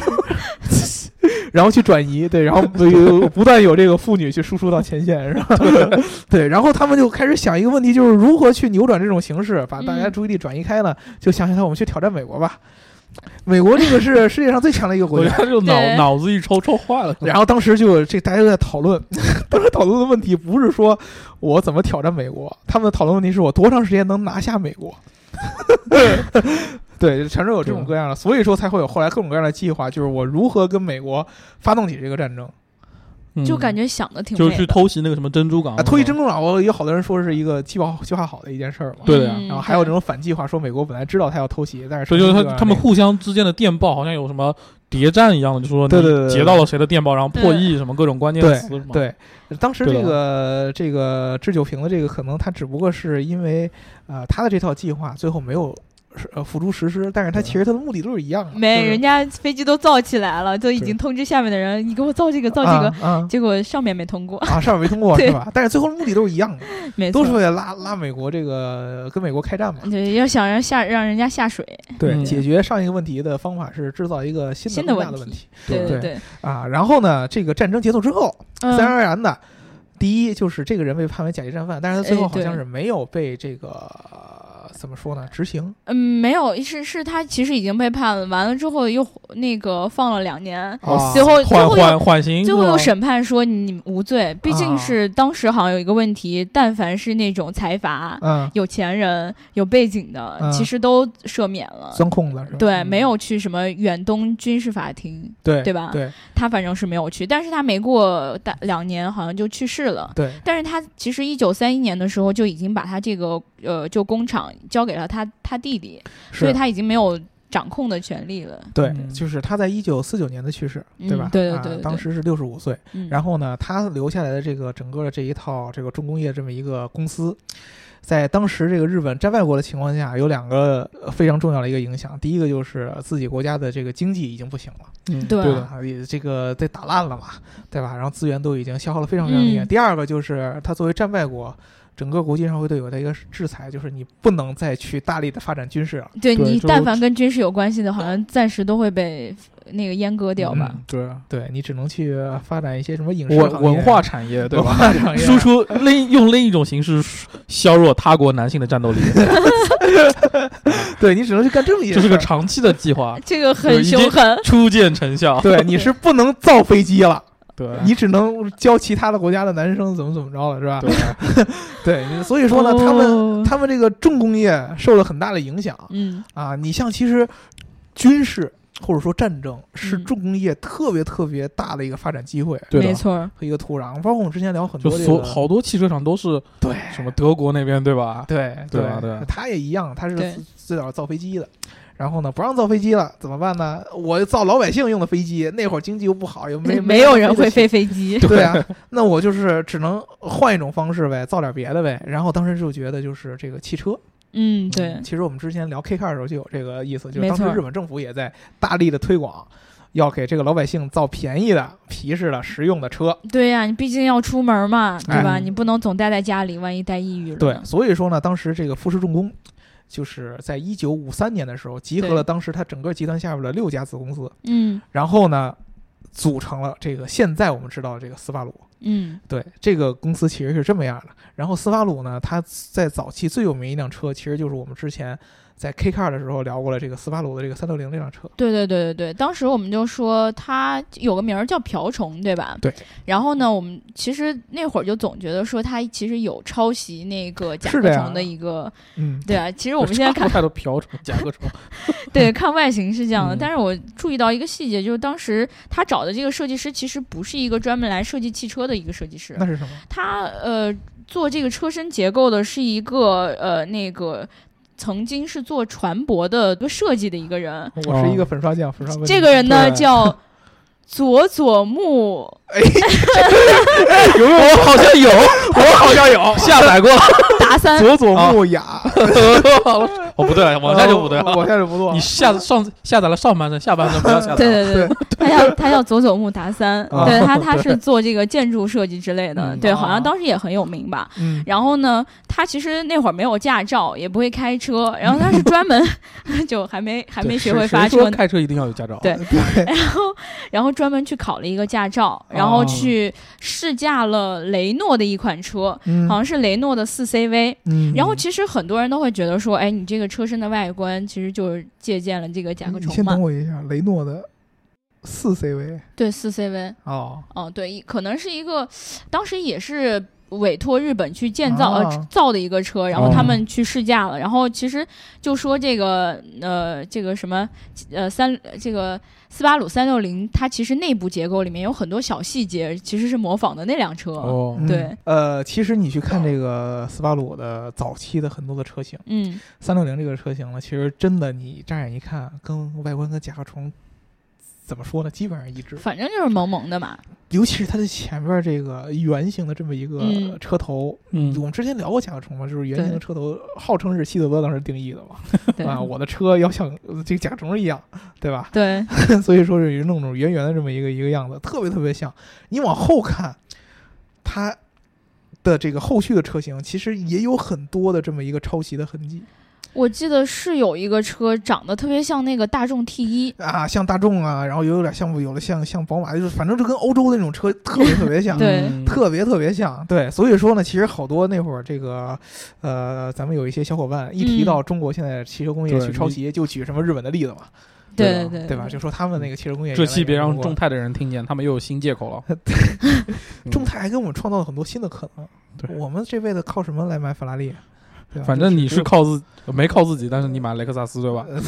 然后去转移，对， 然后有不断有这个妇女去输出到前线，是吧？对，然后他们就开始想一个问题，就是如何去扭转这种形势，把大家
嗯
注意力转移开呢？就想想看，我们去挑战美国吧。美国这个是世界上最强的一个
我
国
觉
家。
得就脑
对
脑子一抽抽坏了，
然后当时就有这大家都在讨论， 当时讨论的问题不是说我怎么挑战美国，他们的讨论问题是我多长时间能拿下美国。 对，全是有这种各样的，所以说才会有后来各种各样的计划，就是我如何跟美国发动起这个战争。
嗯
就感觉想的挺
就
美
是去
的，
偷袭那个什么珍珠港
啊，推珍
珠
珠港，我有好多人说是一个计划计划好的一件事儿嘛。
对的呀
嗯
然后还有这，种反计划，说美国本来知道他要偷袭，但是
所以就是
成
他
功地
他们
那个
互相之间的电报好像有什么谍战一样的，就说
对对对
你
对
截到了谁的电报，然后破
对
译什么各种关键
对
词什么。
对，当时
对
这
的
个这个智久平的这个可能他只不过是因为呃他的这套计划最后没有是呃付诸实施，但是他
对
其实他的目的都是一样的，
没
就是
人家飞机都造起来了，就已
对
经通知下面的人，你给我造这个造这个，
啊啊
结果上面没通过，
啊上面没通过
对
是吧？但是最后的目的都是一样的，
没
都
错嗯
是。为了拉拉美国这个跟美国开战嘛。
对，要想让下让人家下水，
对，
嗯
解决上一个问题的方法是制造一个新的
新的
更大
问
的
题
问题
对
对
对，
啊。然后呢，这个战争结束之后，自然
嗯，
而然的，第一就是这个人被判为甲级战犯，但是他最后
哎
好像
对
是没有被这个、呃怎么说呢执行。
嗯，没有，是是他其实已经被判了，完了之后又那个放了两年，
啊
最后最
缓
后又
缓缓刑，
最后又
是吧
审判说你无罪，毕竟是当时好像有一个问题，但凡是那种财阀、
嗯，
有钱人、有背景的，
嗯
其实都赦免了。
钻空子是吧？
对，
嗯
没有去什么远东军事法庭，
对
对吧
对
他反正是没有去，但是他没过大两年，好像就去世了。
对，
但是他其实一九三一年的时候就已经把他这个呃，就工厂交给了他他弟弟，所以
是，
他已经没有掌控的权利了。
对，
嗯
就是他在一九四九年的去世，
嗯
对吧？
对对
啊
对对
当时是六十五岁。
嗯，
然后呢，他留下来的这个整个的这一套这个重工业这么一个公司，在当时这个日本战败国的情况下，有两个呃非常重要的一个影响。第一个就是自己国家的这个经济已经不行了，
嗯
对
对
啊
的，
吧？也这个被打烂了嘛，对吧？然后资源都已经消耗的非常非常厉害。
嗯
第二个就是他作为战败国。整个国际社会对我的一个制裁，就是你不能再去大力的发展军事了。
对
对
你
就
但凡跟军事有关系的，好像暂时都会被那个阉割掉吧。
嗯
对啊，
对你只能去发展一些什么影视
文
行业
啊文化产业对
文
吧？
化产业
输出另用另一种形式削弱他国男性的战 斗力，
对你只能去干这么一些
这是
事
个
儿。
长期的 计划，
这个
对
很
已
凶
经
狠，
初见成效。
对，你是不能造飞机了。
对，啊
你只能教其他的国家的男生怎么怎么着了，是吧？
对啊
对，所以说呢，他们
哦
他们这个重工业受了很大的影响
嗯，
啊。你像其实军事或者说战争是
嗯
重工业特别特别大的一个发展机会
对
没
的，
错儿，
和一个土壤，包括我们之前聊很
就
多这
所
个
好多汽车厂都是
对
什么德国那边对吧？
对
对啊对啊
他也一样，他是
对
最早造飞机的。然后呢，不让造飞机了，怎么办呢？我就造老百姓用的飞机，那会儿经济又不好，又没
没有人会飞
飞得起
飞 机。
对啊，那我就是只能换一种方式呗，造点别的呗。然后当时就觉得就是这个汽车，
嗯，对，
其实我们之前聊 K car 的时候就有这个意思，就
没
是当时
错
日本政府也在大力的推广，要给这个老百姓造便宜的、皮实的、实用的车。
对呀、你毕竟要出门嘛，对吧？
哎
你不能总待在家里，万一待抑郁了。
对，，所以说呢，当时这个富士重工。就是在一九五三年的时候，集合
对
了当时它整个集团下边的六家子公司，
嗯
然后呢，组成了这个现在我们知道的这个斯巴鲁。
嗯
对，这个公司其实是这么样的。然后斯巴鲁呢，它在早期最有名一辆车，其实就是我们之前在 K Car 的时候聊过了这个斯巴鲁的这个三六零这辆车。
对对对对对，当时我们就说它有个名儿叫瓢虫，对吧？
对。
然后呢，我们其实那会儿就总觉得说它其实有抄袭那个甲
是
壳
的呀
虫的一个，
嗯，
对啊。其实我们现在看
差不多太多瓢虫、甲壳虫，
对，看外形是这样的，
嗯
但是我注意到一个细节，就是当时他找的这个设计师其实不是一个专门来设计汽车的一个设计师
那，是什么？
他呃做这个车身结构的是一个呃那个曾经是做船舶的一个设计的一个人，
我是一个粉刷匠，粉刷问
这个人呢
对
叫佐佐木，
有没有？我好像有， 我好像有 下载过。啊
达三，
佐佐木雅， 嗯
哦，不对了，往下就不 对了。
往下就不对了
你。下上下载了上半身，下半身不要下载。啊
对对 对，他叫他叫佐佐木达三，
啊
对他他是做这个建筑设计之类的，
嗯
对，好
啊
像当时也很有名吧。
嗯，
然后呢，他其实那会儿没有驾照，也不会开车，然后他是专 门就还没还没学会发
谁
车
说
呢，
开车一定要有驾照？啊
对
对，
然后然后专门去考了一个驾照，然后
哦
去试驾了雷诺的一款车， 好像是雷诺的四 CV。
嗯
然后其实很多人都会觉得说，哎，你这个车身的外观其实就是借鉴了这个甲壳
嗯你
虫
先
嘛
等，我一下，雷诺的四 CV
对，四 CV，
哦，
哦，对，一可能是一个当时也是委托日本去建造、
啊
呃造的一个车，然后
哦
他们去试驾了，然后其实就说这个呃这个什么呃三这个斯巴鲁三六零，它其实内部结构里面有很多小细节，其实是模仿的那辆车。
哦，
嗯
对，
呃，其实你去看这个斯巴鲁的早期的很多的车型。
嗯，
三六零这个车型呢，其实真的你乍眼一看，跟外观跟甲壳虫怎么说呢，基本上一致。
反正就是萌萌的 嘛。
尤其是它的前面这个圆形的这么一个
嗯
车头，
嗯
我，们之前聊过甲壳虫嘛，就是圆形的
对
车头，号称是希特勒当时定义的嘛。
对、
啊，我的车要像呃这个甲壳虫一样，对吧？
对，
所以说是有那种圆圆的这么一个一个样子，特别特别像。你往后看，它的这个后续的车型其实也有很多的这么一个抄袭的痕迹。
我记得是有一个车长得特别像那个大众 T 一，
啊，像大众啊，然后又有点像有了像像宝马，就是反正就跟欧洲的那种车特别特别像，
对
嗯
特别特别像。对，所以说呢，其实好多那会儿这个，呃，咱们有一些小伙伴一
嗯
提到中国现在汽车工业
对
去抄
你
袭，就举什么日本的例子嘛，
对
吧
对
对吧？就说他们那个汽车工业
这
原来
期
也
别
是
让
中国
众泰的人听见，他们又有新借口了。嗯
众泰还给我们创造了很多新的可能。
对
我们这辈子靠什么来买法拉利？对吧
反正你是靠自没靠自己，但是你买雷克萨斯对吧？
呃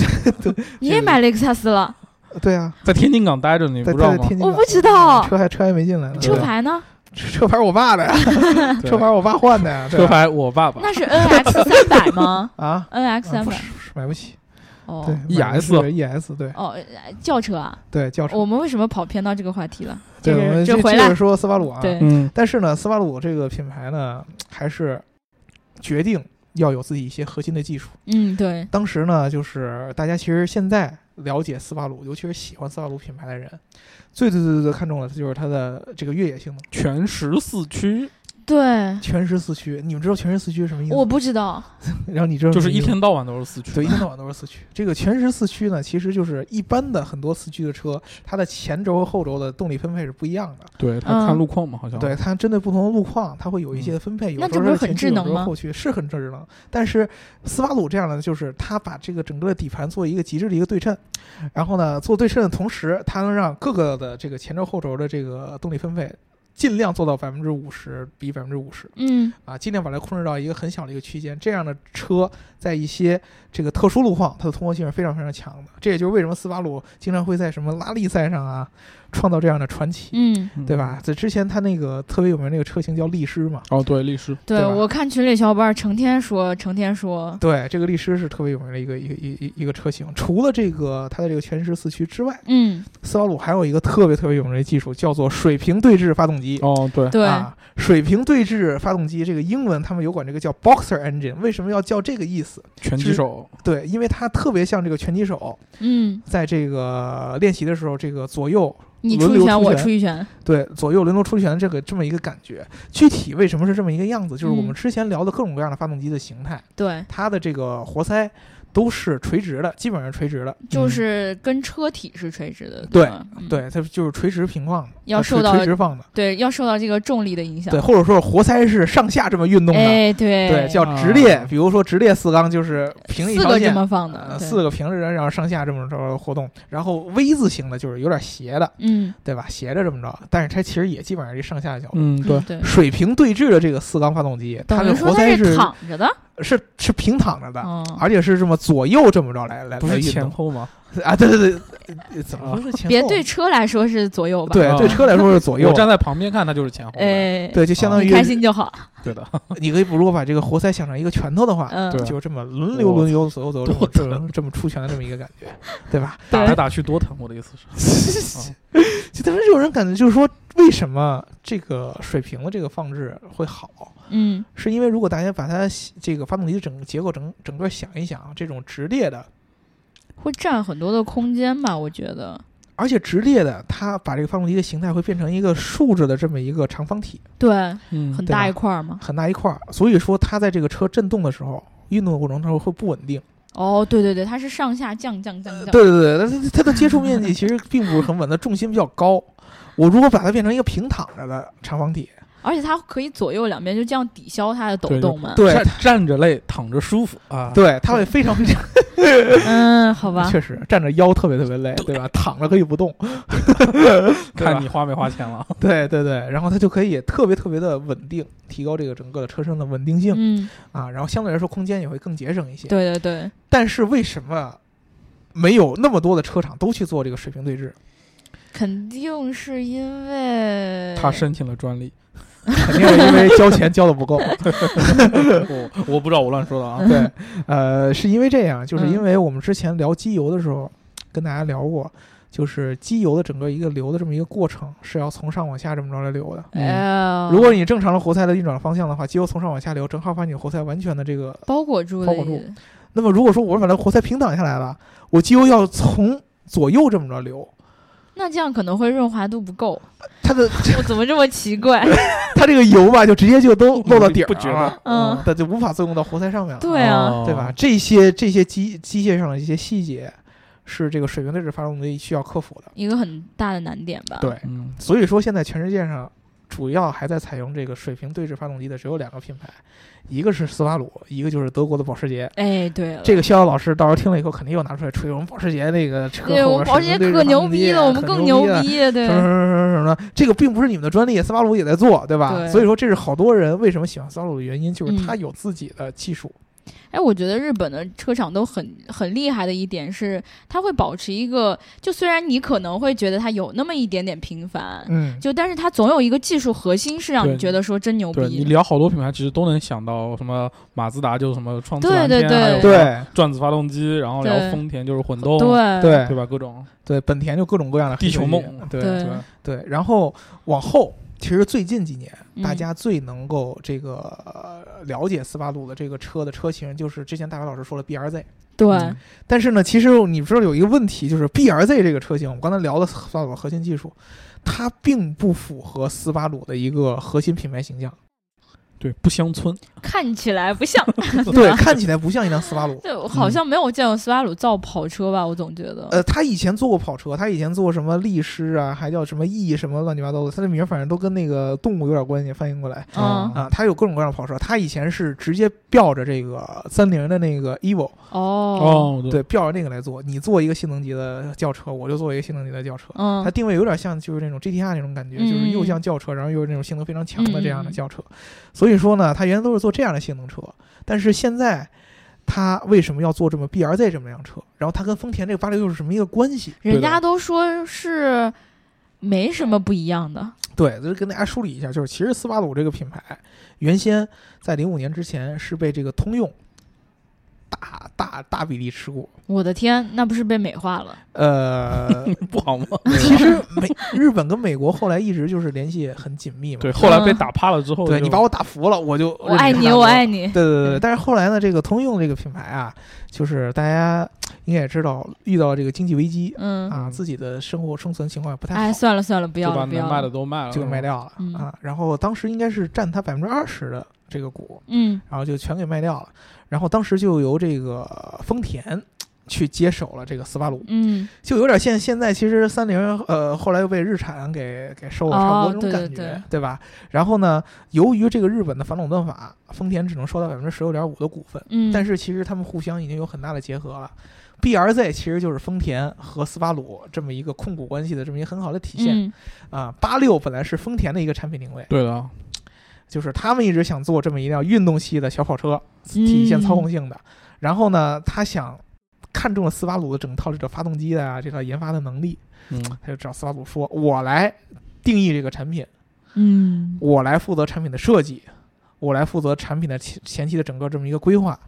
你也买雷克萨斯了？
对啊，
在天津港待着，你
在
不知道
在
吗？
天津
我
港
不知道
车还车还没进来呢，
车
对
牌呢？
车牌我爸的呀，
对
车牌我爸换的呀，对
车
吧
牌我爸爸
那是 NX 三百吗
啊，
？NX
啊
三
不
百
是买不起，
哦
对
ES
E S 对
哦，呃轿车啊。
对轿车，
我们为什么跑偏到这个话题了？
对
这
我们
个
接
这
接
回
着
来，
说斯巴鲁啊，
对
嗯，
但是呢，斯巴鲁这个品牌呢，还是决定要有自己一些核心的技术。
嗯，对，
当时呢，就是大家其实现在了解斯巴鲁，尤其是喜欢斯巴鲁品牌的人，最最最最最看重的就是它的这个越野性能。
全时四驱
对，
全时四驱，你们知道全时四驱是什么意思吗？
我不知道，
然后你知道
就是
什么
一
意思吗
天到晚都是四驱，
对，一天到晚都是四驱。这个全时四驱呢，其实就是一般的很多四驱的车，它的前轴和后轴的动力分配是不一样的。
对他看
嗯
路况嘛，好像
对，它针对不同的路况，它会有一些分配，有
那
时候
这不是
是前
很
驱
智
有时
能
候
吗
后驱是很智能。但是斯巴鲁这样的，就是它把这个整个的底盘做一个极致的一个对称，然后呢，做对称的同时，它能让各个的这个前轴后轴的这个动力分配。尽量做到百分之五十比百分之五十
嗯，
啊，尽量把它控制到一个很小的一个区间。这样的车在一些这个特殊路况，它的通过性是非常非常强的。这也就是为什么斯巴鲁经常会在什么拉力赛上啊，创造这样的传奇。
嗯，
嗯
对？吧？在之前他那个特别有名那个车型叫力狮嘛，
哦，对，律师，
对
对吧
我看群里小伙伴成天说，成天说，
对，这个力狮是特别有名的一个一个一一一个车型。除了这个它的这个全时四驱之外，
嗯，
斯巴鲁还有一个特别特别有名的技术，叫做水平对置发动机。
哦，对，
对，
啊，水平对置发动机这个英文他们有管这个叫 boxer engine，为什么要叫这个意思？
拳击
是
手，
对，因为它特别像这个拳击手，
嗯，
在这个练习的时候，这个左右
你
轮
出一
流
拳，
出嗯
我
拳
出一拳，
对左右轮流出拳的这个这么一个感觉。具体为什么是这么一个样子？就是我
嗯
们之前聊的各种各样的发动机的形态，
对，
它的这个活塞都是垂直的，基本上是垂直的。
就
嗯
是跟车体是垂直的，
对
吧，嗯
对，它就是垂直平放的，
要
呃
受
垂
到
垂直放的，
对，要受到这个重力的影响
对，，或者说活塞是上下这么运动的，
哎，对，
对，叫直列。
啊
比如说直列四缸就是平一
四
条
个这
线，
么放的，
呃，
对
四个平着，然后上下这么着活动。然后 V 字形的就是有点斜的，
嗯，
对吧？斜着这么着，但是它其实也基本上是一上下的角度。
嗯，对
嗯，对。
水平对置的这个四缸发动机，它
等
的
于说
活
它
塞
是
是
躺着的，
是是平躺着的，
嗯，
而且是这么左右这么着来来
不
来
是
运
前
动
后吗？
啊，对对对，呃怎么
啊
说是前后？
别对车来说是左右吧，
对对
啊
车来说是左右
我，站在旁边看，他就是前后的。
哎，
对，就相当
你
于
开心就好，
对的，
你可以如果把这个活塞想成一个拳头的话，
嗯，
对
就是这么轮流轮流左右左右
多
这么这么出拳的这么一个感觉，对吧？
打
对
来打去多疼，我的意思是，
就但是有人感觉就是说，为什么这个水平的这个放置会好？
嗯
是因为如果大家把它这个发动机的整个结构整整个想一想，这种直列的，
会占很多的空间吧？我觉得，
而且直列的，它把这个发动机的形态会变成一个竖着的这么一个长方体，
对，
嗯，
很
对
大
吧
一块儿嘛。
很大一块儿，所以说它在这个车震动的时候，运动的过程中会不稳定。
哦，对对对，它是上下降降降降。
对对对，它它的接触面积其实并不是很稳，它重心比较 高。我如果把它变成一个平躺着的长方体，
而且它可以左右两边就这样抵消它的抖
对
动嘛。
对
站站着累，躺着舒服啊。
对，它会 非常非常，
嗯，好吧。
确实站着腰特别特别累，对吧？躺着可以不动， 对吧
看你花没花钱了。
对对对，然后它就可以特别特别的稳定，提高这个整个的车身的稳定性
嗯，
啊，然后相对来说空间也会更节省一些。
对对对，
但是为什么没有那么多的车厂都去做这个水平对置？
肯定是因为
他申请了专 利，
肯定是因为交钱交的不够。
我我不知道，我乱说的啊。
对，呃，是因为这样，就是
嗯
因为我们之前聊机油的时候，跟大家聊过，就是机油的整个一个流的这么一个过程是要从上往下这么着来流的。
哎呦
嗯如果你正常的活塞的运转方向的话，机油从上往下流，正好把你的活塞完全的这个。
包裹住的
包
意
裹
思，
住那么如果说我把它活塞平躺下来了，我机油要从左右这么着流，
那这样可能会润滑度不 够。
它 的
我怎么这么奇怪？
它这个油吧，就直接就都露到底儿
不觉
了
得，
嗯
它就无法作用到活塞上面了，
对啊
啊哦
对吧？？这些这些机机械上的一些细节，是这个水平对置发动机需要克服的。
一个很大的难点吧。
对
嗯，
所以说，现在全世界上主要还在采用这个水平对置发动机的只有两个品牌，一个是斯巴鲁，一个就是德国的保时捷。
哎，对了，
这个逍遥老师到时候听了以后，肯定又拿出来吹我们保时捷那个车，
对我们保时捷可牛逼了，我们更牛
啊逼。
逼，对
什么什么什么什么的，这个并不是你们的专利，斯巴鲁也在做，对吧？
对
所以说这是好多人为什么喜欢斯巴鲁的原因，就是
嗯
它有自己的技术。
哎，我觉得日本的车厂都很很厉害的一点是，它会保持一个，就虽然你可能会觉得它有那么一点点平凡，
嗯，
就但是它总有一个技术核心是让你
对
觉得说真牛
对你
逼。
聊好多品牌，其实都能想到什么马自达就是什么创自
对
然
对
片，
对
还有
对
转子发动机，然后聊
对
丰田就是混动，
对
对
对吧？各种
对，本田就各种各样的
地球
黑科技
梦
对
对
对
对。然后往后，其实最近几年
嗯
大家最能够这个呃了解斯巴鲁的这个车的车型，就是之前大白老师说的 BRZ。
对、
嗯
但是呢，其实你知道有一个问题，就是 BRZ 这个车型，我们刚才聊了斯巴鲁的核心技术，它并不符合斯巴鲁的一个核心品牌形象。
对，不乡村，
看起来不像，
对，看起来不像一辆 斯巴鲁。
对我好像没有见过斯巴鲁造跑车吧？我总觉得，
呃，他以前做过跑车，他以前做什么力狮啊，还叫什么翼什么乱七八糟的，他的名儿反正都跟那个动物有点关系，翻译过来
嗯，
啊。他有各种各样的跑车，他以前是直接吊着这个三菱的那个 EVO，
哦，
对
对，吊着那个来做。你做一个性能级的轿车，我就做一个性能级的轿车。
嗯
它，定位有点像就是那种 GTR 那种感觉，就是又
嗯
像轿车，然后又是那种性能非常强的这样的
嗯嗯嗯
轿车。所以说呢，它原来都是做这样的性能车，但是现在它为什么要做这么 BRZ 这么辆车？然后它跟丰田这个八六六是什么一个关系？
人
对的
家都说是没什么不一样的，
对，就是跟大家梳理一下，就是其实斯巴鲁这个品牌原先在零五年之前是被这个通用大大大比例持股。
我的天，那不是被美化了？
呃，
不好 吗？
嗯
其实 美日本跟美国后来一直就是联系很紧密嘛。
对，
嗯
后来被打趴了之后就，
对你把我打服了，我就
我爱你，我爱。你，
对对对对，
嗯
但是后来呢，这个通用这个品牌啊，就是大家应该也知道，遇到这个经济危机
嗯，
啊，
嗯
自己的生活生存情况也不太好，
哎，算了算了，不
就
要
把
了，不
能
要
卖的
了，
都卖了，
就给卖
是吧。
掉了、
嗯
啊。然后当时应该是占它百分之二十的这个股，
嗯
然后就全给卖掉了。然后当时就由这个丰田去接手了这个斯巴鲁，
嗯，
就有点像现在其实三菱呃后来又被日产给给收了，
哦
差不多这种
对
感
对
觉，
对
吧？然后呢，由于这个日本的反垄断法，丰田只能收到百分之十六点五的股份，
嗯，
但是其实他们互相已经有很大的结合了。BRZ 其实就是丰田和斯巴鲁这么一个控股关系的这么一个很好的体现
嗯
啊。八六本来是丰田的一个产品定位，
对的啊，
就是他们一直想做这么一辆运动系的小跑车，
嗯
体现操控性的。然后呢，他想看中了斯巴鲁的整套这个发动机的啊，这套研发的能力，
嗯，
他就找斯巴鲁说：“我来定义这个产品，
嗯，
我来负责产品的设计，我来负责产品的前前期的整个这么一个规划，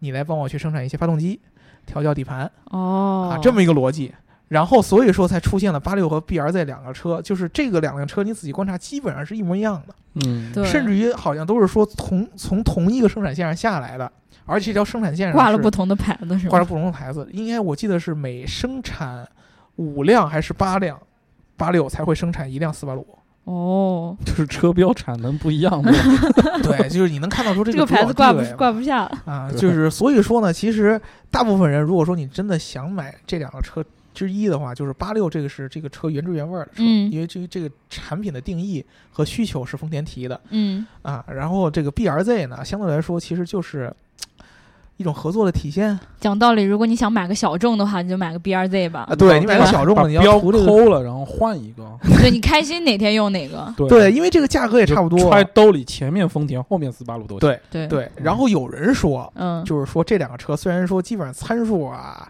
你来帮我去生产一些发动机、调教底盘
哦，
啊，这么一个逻辑。”然后，所以说才出现了八六和 BRZ 两个车，就是这个两辆车，你仔细观察，基本上是一模一样的。
嗯，
对
甚至于好像都是说同从同一个生产线上下来的，而且这条生产线上
挂了
是
不同的牌子是吧？
挂了不同的牌子，应该我记得是每生产五辆还是八辆，八六才会生产一辆斯巴鲁。
哦，
就是车标产能不一样 嘛。
对，就是你能看到说这
这
个
个牌子
主
挂
导地
不
位嘛
挂不下，
啊，
对
就是所以说呢，其实大部分人如果说你真的想买这两个车之一的话，就是八六这个是这个车原汁原味儿的车，
嗯
因为这个这个产品的定义和需求是丰田提的。
嗯
啊，然后这个 BRZ 呢，相对来说其实就是一种合作的体现
讲道理，如果你想买个小众的话，你就买个 BRZ 吧。
对你买个
吧
小众
把
的，你要
标
图这个
抠了，然后换一个。
对你开心哪天用哪 个。
对
对，，因为这个价格也差不多。
揣兜里，前面丰田，后面斯巴鲁都行
对
对，
对，然后有人说，
嗯，
就是说这两个车虽然说基本上参数啊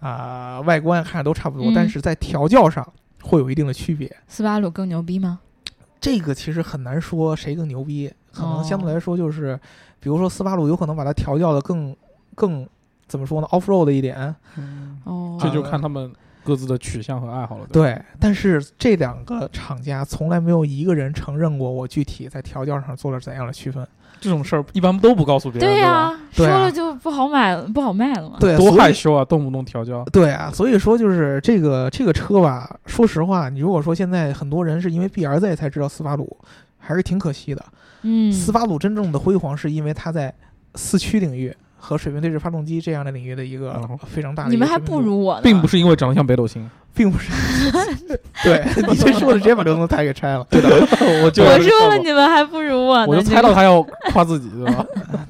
啊、外观看着都差不多，但
嗯
是在调教上会有一定的区别。
斯巴鲁更牛逼吗？
这个其实很难说谁更牛逼，可能
哦
相对来说就是，比如说斯巴鲁有可能把它调教的更更怎么说呢，off road 一点，
嗯
哦，
这就看他们各自的取向和爱好了。吧，
对，但是这两个厂家从来没有一个人承认过我具体在调教上做了怎样的区分。
这种事儿一般都不告诉别人，
对
对
呀、
吧？
说
对啊
了就不好买了，不好卖了嘛。
对，
多
所以
害羞啊，动不动调教。
对啊，所以说就是这个这个车吧，说实话，你如果说现在很多人是因为 BRZ 才知道斯巴鲁，还是挺可惜的。
嗯，
斯巴鲁真正的辉煌是因为它在四驱领域和水平对置发动机这样的领域的一个
哦
非常大的一
你
个
们还
知名
不
度。
如我呢，
并不是因为长得像北斗星，
并不是，对你这说的直接把刘能台给拆了。对的，
我就
我说了，你们还不如我呢，
我就猜到他要夸自己，对 吧？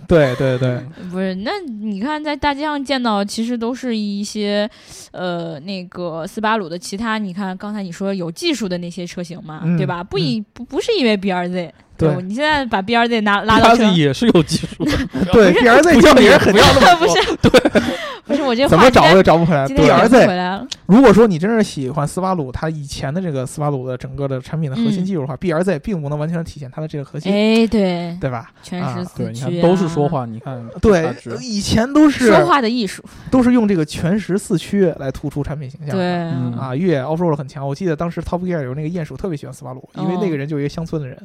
对对对，
这个不是。那你看，在大街上见到，其实都是一些，呃，那个斯巴鲁的其他，你看刚才你说有技术的那些车型嘛，
嗯
对吧？不以、不不是因为 BRZ，
对
你现在把 BRZ 拿拉到
他
车
是。也是有技术的，
对 BRZ 经理人很
不要那 么
不
说
是，不是我这
怎
话
么找
今
我
天
也找不回来。
今天也
BRZ
是回来了，
如果说你真是喜欢斯巴鲁，它以前的这个斯巴鲁的整个的产品的核心技术的话、b r z 并不能完全地体现它的这个核心，
嗯哎，对，
对吧？
全
啊
是四
对，你
驱、
看
啊，
都是说，话，你看
对
差距，
以前都是
说话的艺术，
都是用这个全时四驱来突出产品形象
对
的。
啊，
啊，越野 off road 很强。我记得当时 Top Gear 有那个鼹鼠特别喜欢斯巴鲁，
哦
因为那个人就是一个乡村 的人。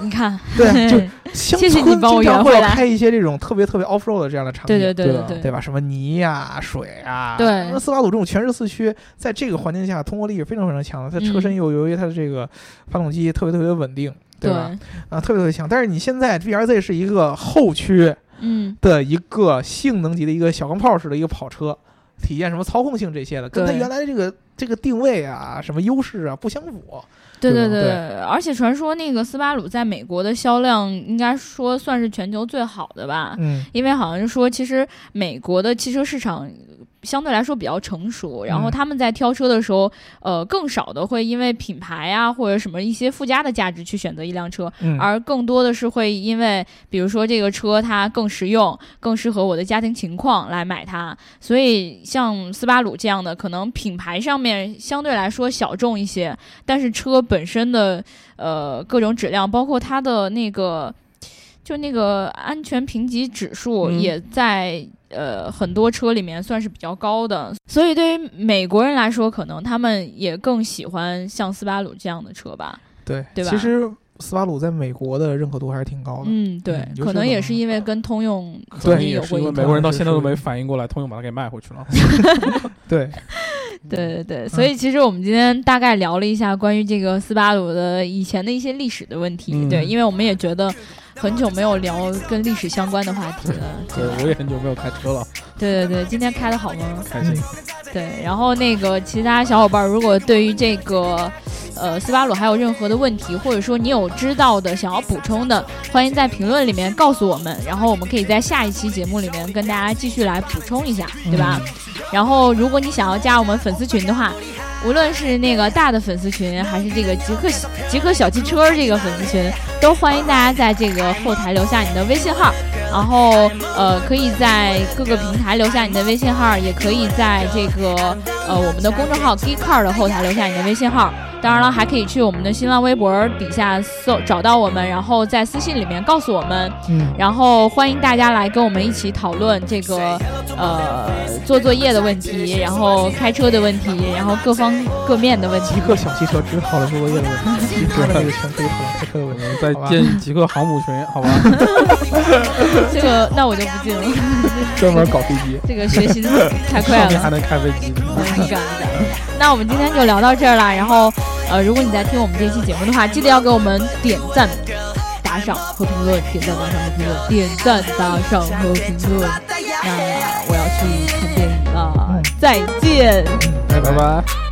你看，
对啊，就乡
谢
村
谢你
经
帮我圆
常
回
会
来
要开一些这种特别特别 off road 的这样的场景。
对对对
对啊
对
对吧？什么泥呀、水啊，
对
那斯巴鲁这种全是四驱，在这个环境下，通过力是非常非常强的。它车身
嗯
又由于它的这个发动机特别特别稳定，对吧？
对，
啊，特别特别强。但是你现在 BRZ 是一个后驱
嗯，
的一个性能级的一个小钢炮式的一个跑车，体验什么操控性这些的，跟它
对
原来这个这个定位啊、什么优势啊不相符。
对对
对
对，
吧
而且传说那个斯巴鲁在美国的销量应该说算是全球最好的吧，
嗯，
因为好像是说其实美国的汽车市场。相对来说比较成熟，然后
嗯
他们在挑车的时候，呃，更少的会因为品牌啊或者什么一些附加的价值去选择一辆车，
嗯
而更多的是会因为，比如说这个车它更实用，更适合我的家庭情况来买它。所以像斯巴鲁这样的，可能品牌上面相对来说小众一些，但是车本身的呃各种质量，包括它的那个就那个安全评级指数
嗯
也在。呃，很多车里面算是比较高的，所以对于美国人来说，可能他们也更喜欢像斯巴鲁这样的车吧。
对，
对吧
其实斯巴鲁在美国的认可度还是挺高的。
嗯，对
嗯，尤
可
其
能
是
也
冷
是因为跟通用
可
曾
能
经
也
有
是
过
因为
一
美
段，
国人到现在都没反应过来，通用把它给卖回 去了。
对，
对对对，所
嗯
以其实我们今天大概聊了一下关于这个斯巴鲁的以前的一些历史的问题，
嗯
对，因为我们也觉得很久没有聊跟历史相关的话题了，
对，我也很久没有开车了，
对对对，今天开的好吗？
开心。
对，然后那个其他小伙伴，如果对于这个呃斯巴鲁还有任何的问题，或者说你有知道的想要补充的，欢迎在评论里面告诉我们，然后我们可以在下一期节目里面跟大家继续来补充一下，对吧？
嗯
然后如果你想要加我们粉丝群的话。无论是那个大的粉丝群，还是这个极客极客小汽车这个粉丝群，都欢迎大家在这个后台留下你的微信号，然后呃，可以在各个平台留下你的微信号，也可以在这个呃我们的公众号 Geek Car 的后台留下你的微信号。当然了，还可以去我们的新浪微博底下搜找到我们，然后在私信里面告诉我们。
嗯，
然后欢迎大家来跟我们一起讨论这个呃做作业的问题，然后开车的问题，然后各方各面的问题
极。客小汽车只讨论作业的问题，极客的那个全可以讨论开车的问题。
再
好吧
建极客航母群， 好吧，
这个那我就不进了，
专门搞飞机，
这个学习的太快
上面
了
还。能开飞机。
你敢不敢？那我们今天就聊到这儿了。然后，呃，如果你在听我们这期节目的话，记得要给我们点赞、打赏和评论，点赞、打赏和评论，点赞、打赏和评论。呃那我要去看电影了，再见。
拜
拜
拜。
拜。